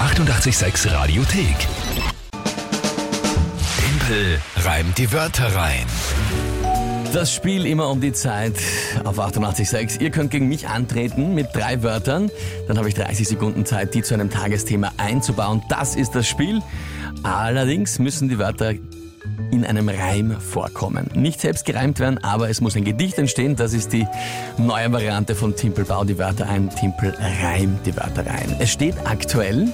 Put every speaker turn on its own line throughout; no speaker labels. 886 Radiothek. Tempel reimt die Wörter rein.
Das Spiel immer um die Zeit auf 88.6. Ihr könnt gegen mich antreten mit drei Wörtern. Dann habe ich 30 Sekunden Zeit, die zu einem Tagesthema einzubauen. Das ist das Spiel. Allerdings müssen die Wörter in einem Reim vorkommen. Nicht selbst gereimt werden, aber es muss ein Gedicht entstehen. Das ist die neue Variante von Timpel bau die Wörter ein, Timpel reim die Wörter rein. Es steht aktuell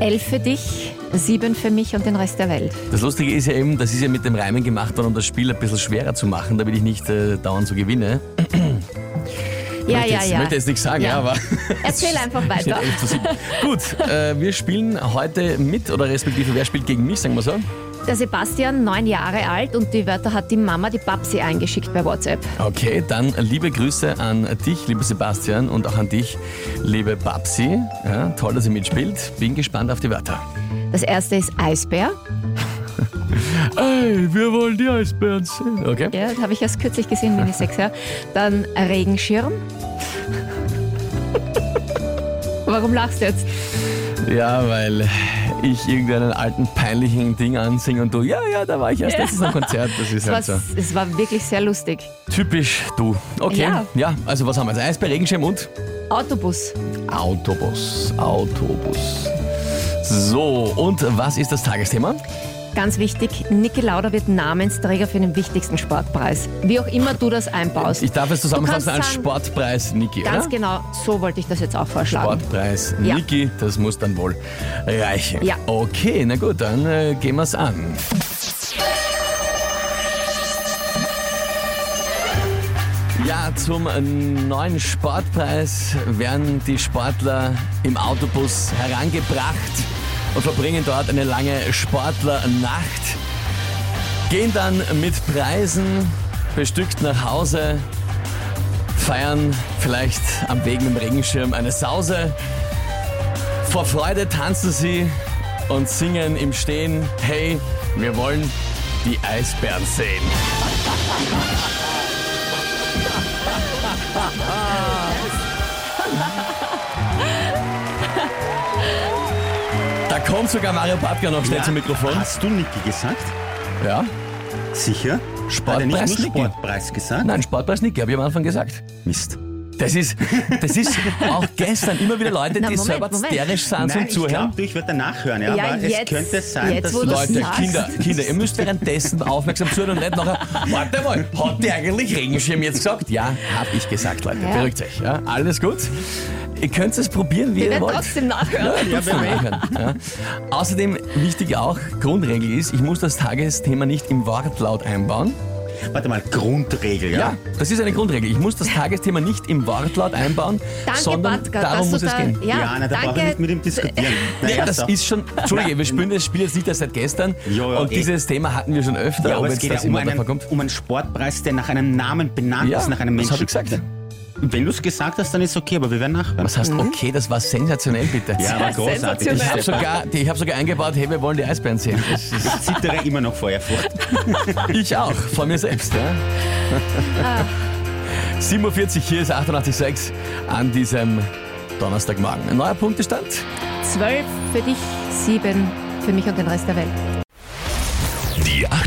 Elf für dich, sieben für mich und den Rest der Welt.
Das Lustige ist ja eben, das ist ja mit dem Reimen gemacht worden, um das Spiel ein bisschen schwerer zu machen, damit ich nicht äh, dauernd so gewinne.
Ja,
möchte
ja,
jetzt,
ja.
möchte jetzt nichts sagen,
Ja.
ja. aber
Erzähl einfach
steht
weiter.
11 zu 7. Gut, äh, wir spielen heute mit oder respektive wer spielt gegen mich, sagen wir so.
Der Sebastian, neun Jahre alt und die Wörter hat die Mama, die Babsi, eingeschickt bei WhatsApp.
Okay, dann liebe Grüße an dich, lieber Sebastian, und auch an dich, liebe Babsi. Ja, toll, dass ihr mitspielt. Bin gespannt auf die Wörter.
Das erste ist Eisbär.
Ey, wir wollen die Eisbären sehen. Okay.
Ja, das habe ich erst kürzlich gesehen, bin ich sechs Jahre. Dann Regenschirm. Warum lachst du jetzt?
Ja, weil ich irgendeinen alten peinlichen Ding ansinge und du, ja, ja, da war ich erst letztens am Konzert. Das ist
Es war,
halt so.
es war wirklich sehr lustig.
Typisch du. Okay. Ja.
Ja.
also was haben wir jetzt? Eisbär, Regenschirm und
Autobus.
Autobus. Autobus. So, und was ist das Tagesthema?
Ganz wichtig, Niki Lauda wird Namensträger für den wichtigsten Sportpreis. Wie auch immer du das einbaust.
Ich darf es zusammenfassen als
kannst sagen-
Sportpreis Niki,
Ganz
oder?
genau, so wollte ich das jetzt auch vorschlagen.
Sportpreis
Ja.
Niki, das muss dann wohl reichen.
Ja.
Okay, na gut, dann äh, gehen wir es an. Ja, zum äh, neuen Sportpreis werden die Sportler im Autobus herangebracht und verbringen dort eine lange Sportlernacht gehen dann mit Preisen bestückt nach Hause, feiern vielleicht am Weg mit dem Regenschirm eine Sause. Vor Freude tanzen sie und singen im Stehen, hey, wir wollen die Eisbären sehen. Da kommt sogar Mario Papka noch schnell zum Mikrofon.
Hast du Niki gesagt?
Ja.
Sicher?
Sportpreis
Hat er nicht nur
Niki.
Sportpreis gesagt?
Nein, Sportpreis nicht, habe ich am Anfang gesagt.
Mist.
Das ist, das ist auch gestern immer wieder Leute,
Na,
die
Moment,
selber
Moment.
hysterisch sind
Nein,
und
ich
zuhören.
glaube, ich werde danach hören, ja,
Ja,
aber
jetzt-
es könnte sein,
jetzt,
dass
wo
du
du's
das
Leute,
sagst.
Kinder, Kinder, ihr müsst währenddessen aufmerksam zuhören und nicht nachher, warte mal, hat der eigentlich Regenschirm jetzt gesagt? Ja, habe ich gesagt, Leute,
Ja.
beruhigt euch. Ja, alles gut. Ihr könnt es probieren, wie
Wir
ihr
werden
wollt.
trotzdem nachhören.
Ja, wir machen. Ja. Außerdem, wichtig auch, Grundregel ist, ich muss das Tagesthema nicht im Wortlaut einbauen.
Warte mal, Grundregel, ja?
Ja, das ist eine Grundregel. Ich muss das Tagesthema nicht im Wortlaut einbauen,
Danke,
sondern
Batka, dass
darum
du
muss es
da,
gehen.
Ja,
Ja, na, da brauchen wir
danke.
nicht mit ihm diskutieren. Na,
Ja, das
so.
ist schon. Entschuldige, wir spielen das Spiel jetzt nicht erst seit gestern.
Jo, ja,
und
eh.
dieses Thema hatten wir schon öfter,
ja,
ob
aber es
jetzt
geht ja
das
um
immer
einen,
davon kommt.
um einen Sportpreis, der nach einem Namen benannt
Ja,
ist, nach einem
das hab
Menschen.
ich gesagt.
Wenn du es gesagt hast, dann ist okay, aber wir werden nachhören.
Das heißt, okay, das war sensationell, bitte.
Mhm. ja, aber großartig.
sensationell.
Ich habe
Ich
sogar, die- ich hab sogar eingebaut, hey, wir wollen die Eisbären sehen. Das ist,
zittere immer noch vor Ehrfurcht.
ich auch, vor mir selbst. Ja.
Ah.
47, hier ist 88,6 an diesem Donnerstagmorgen. Ein neuer Punktestand?
Zwölf für dich, sieben für mich und den Rest der Welt.
Die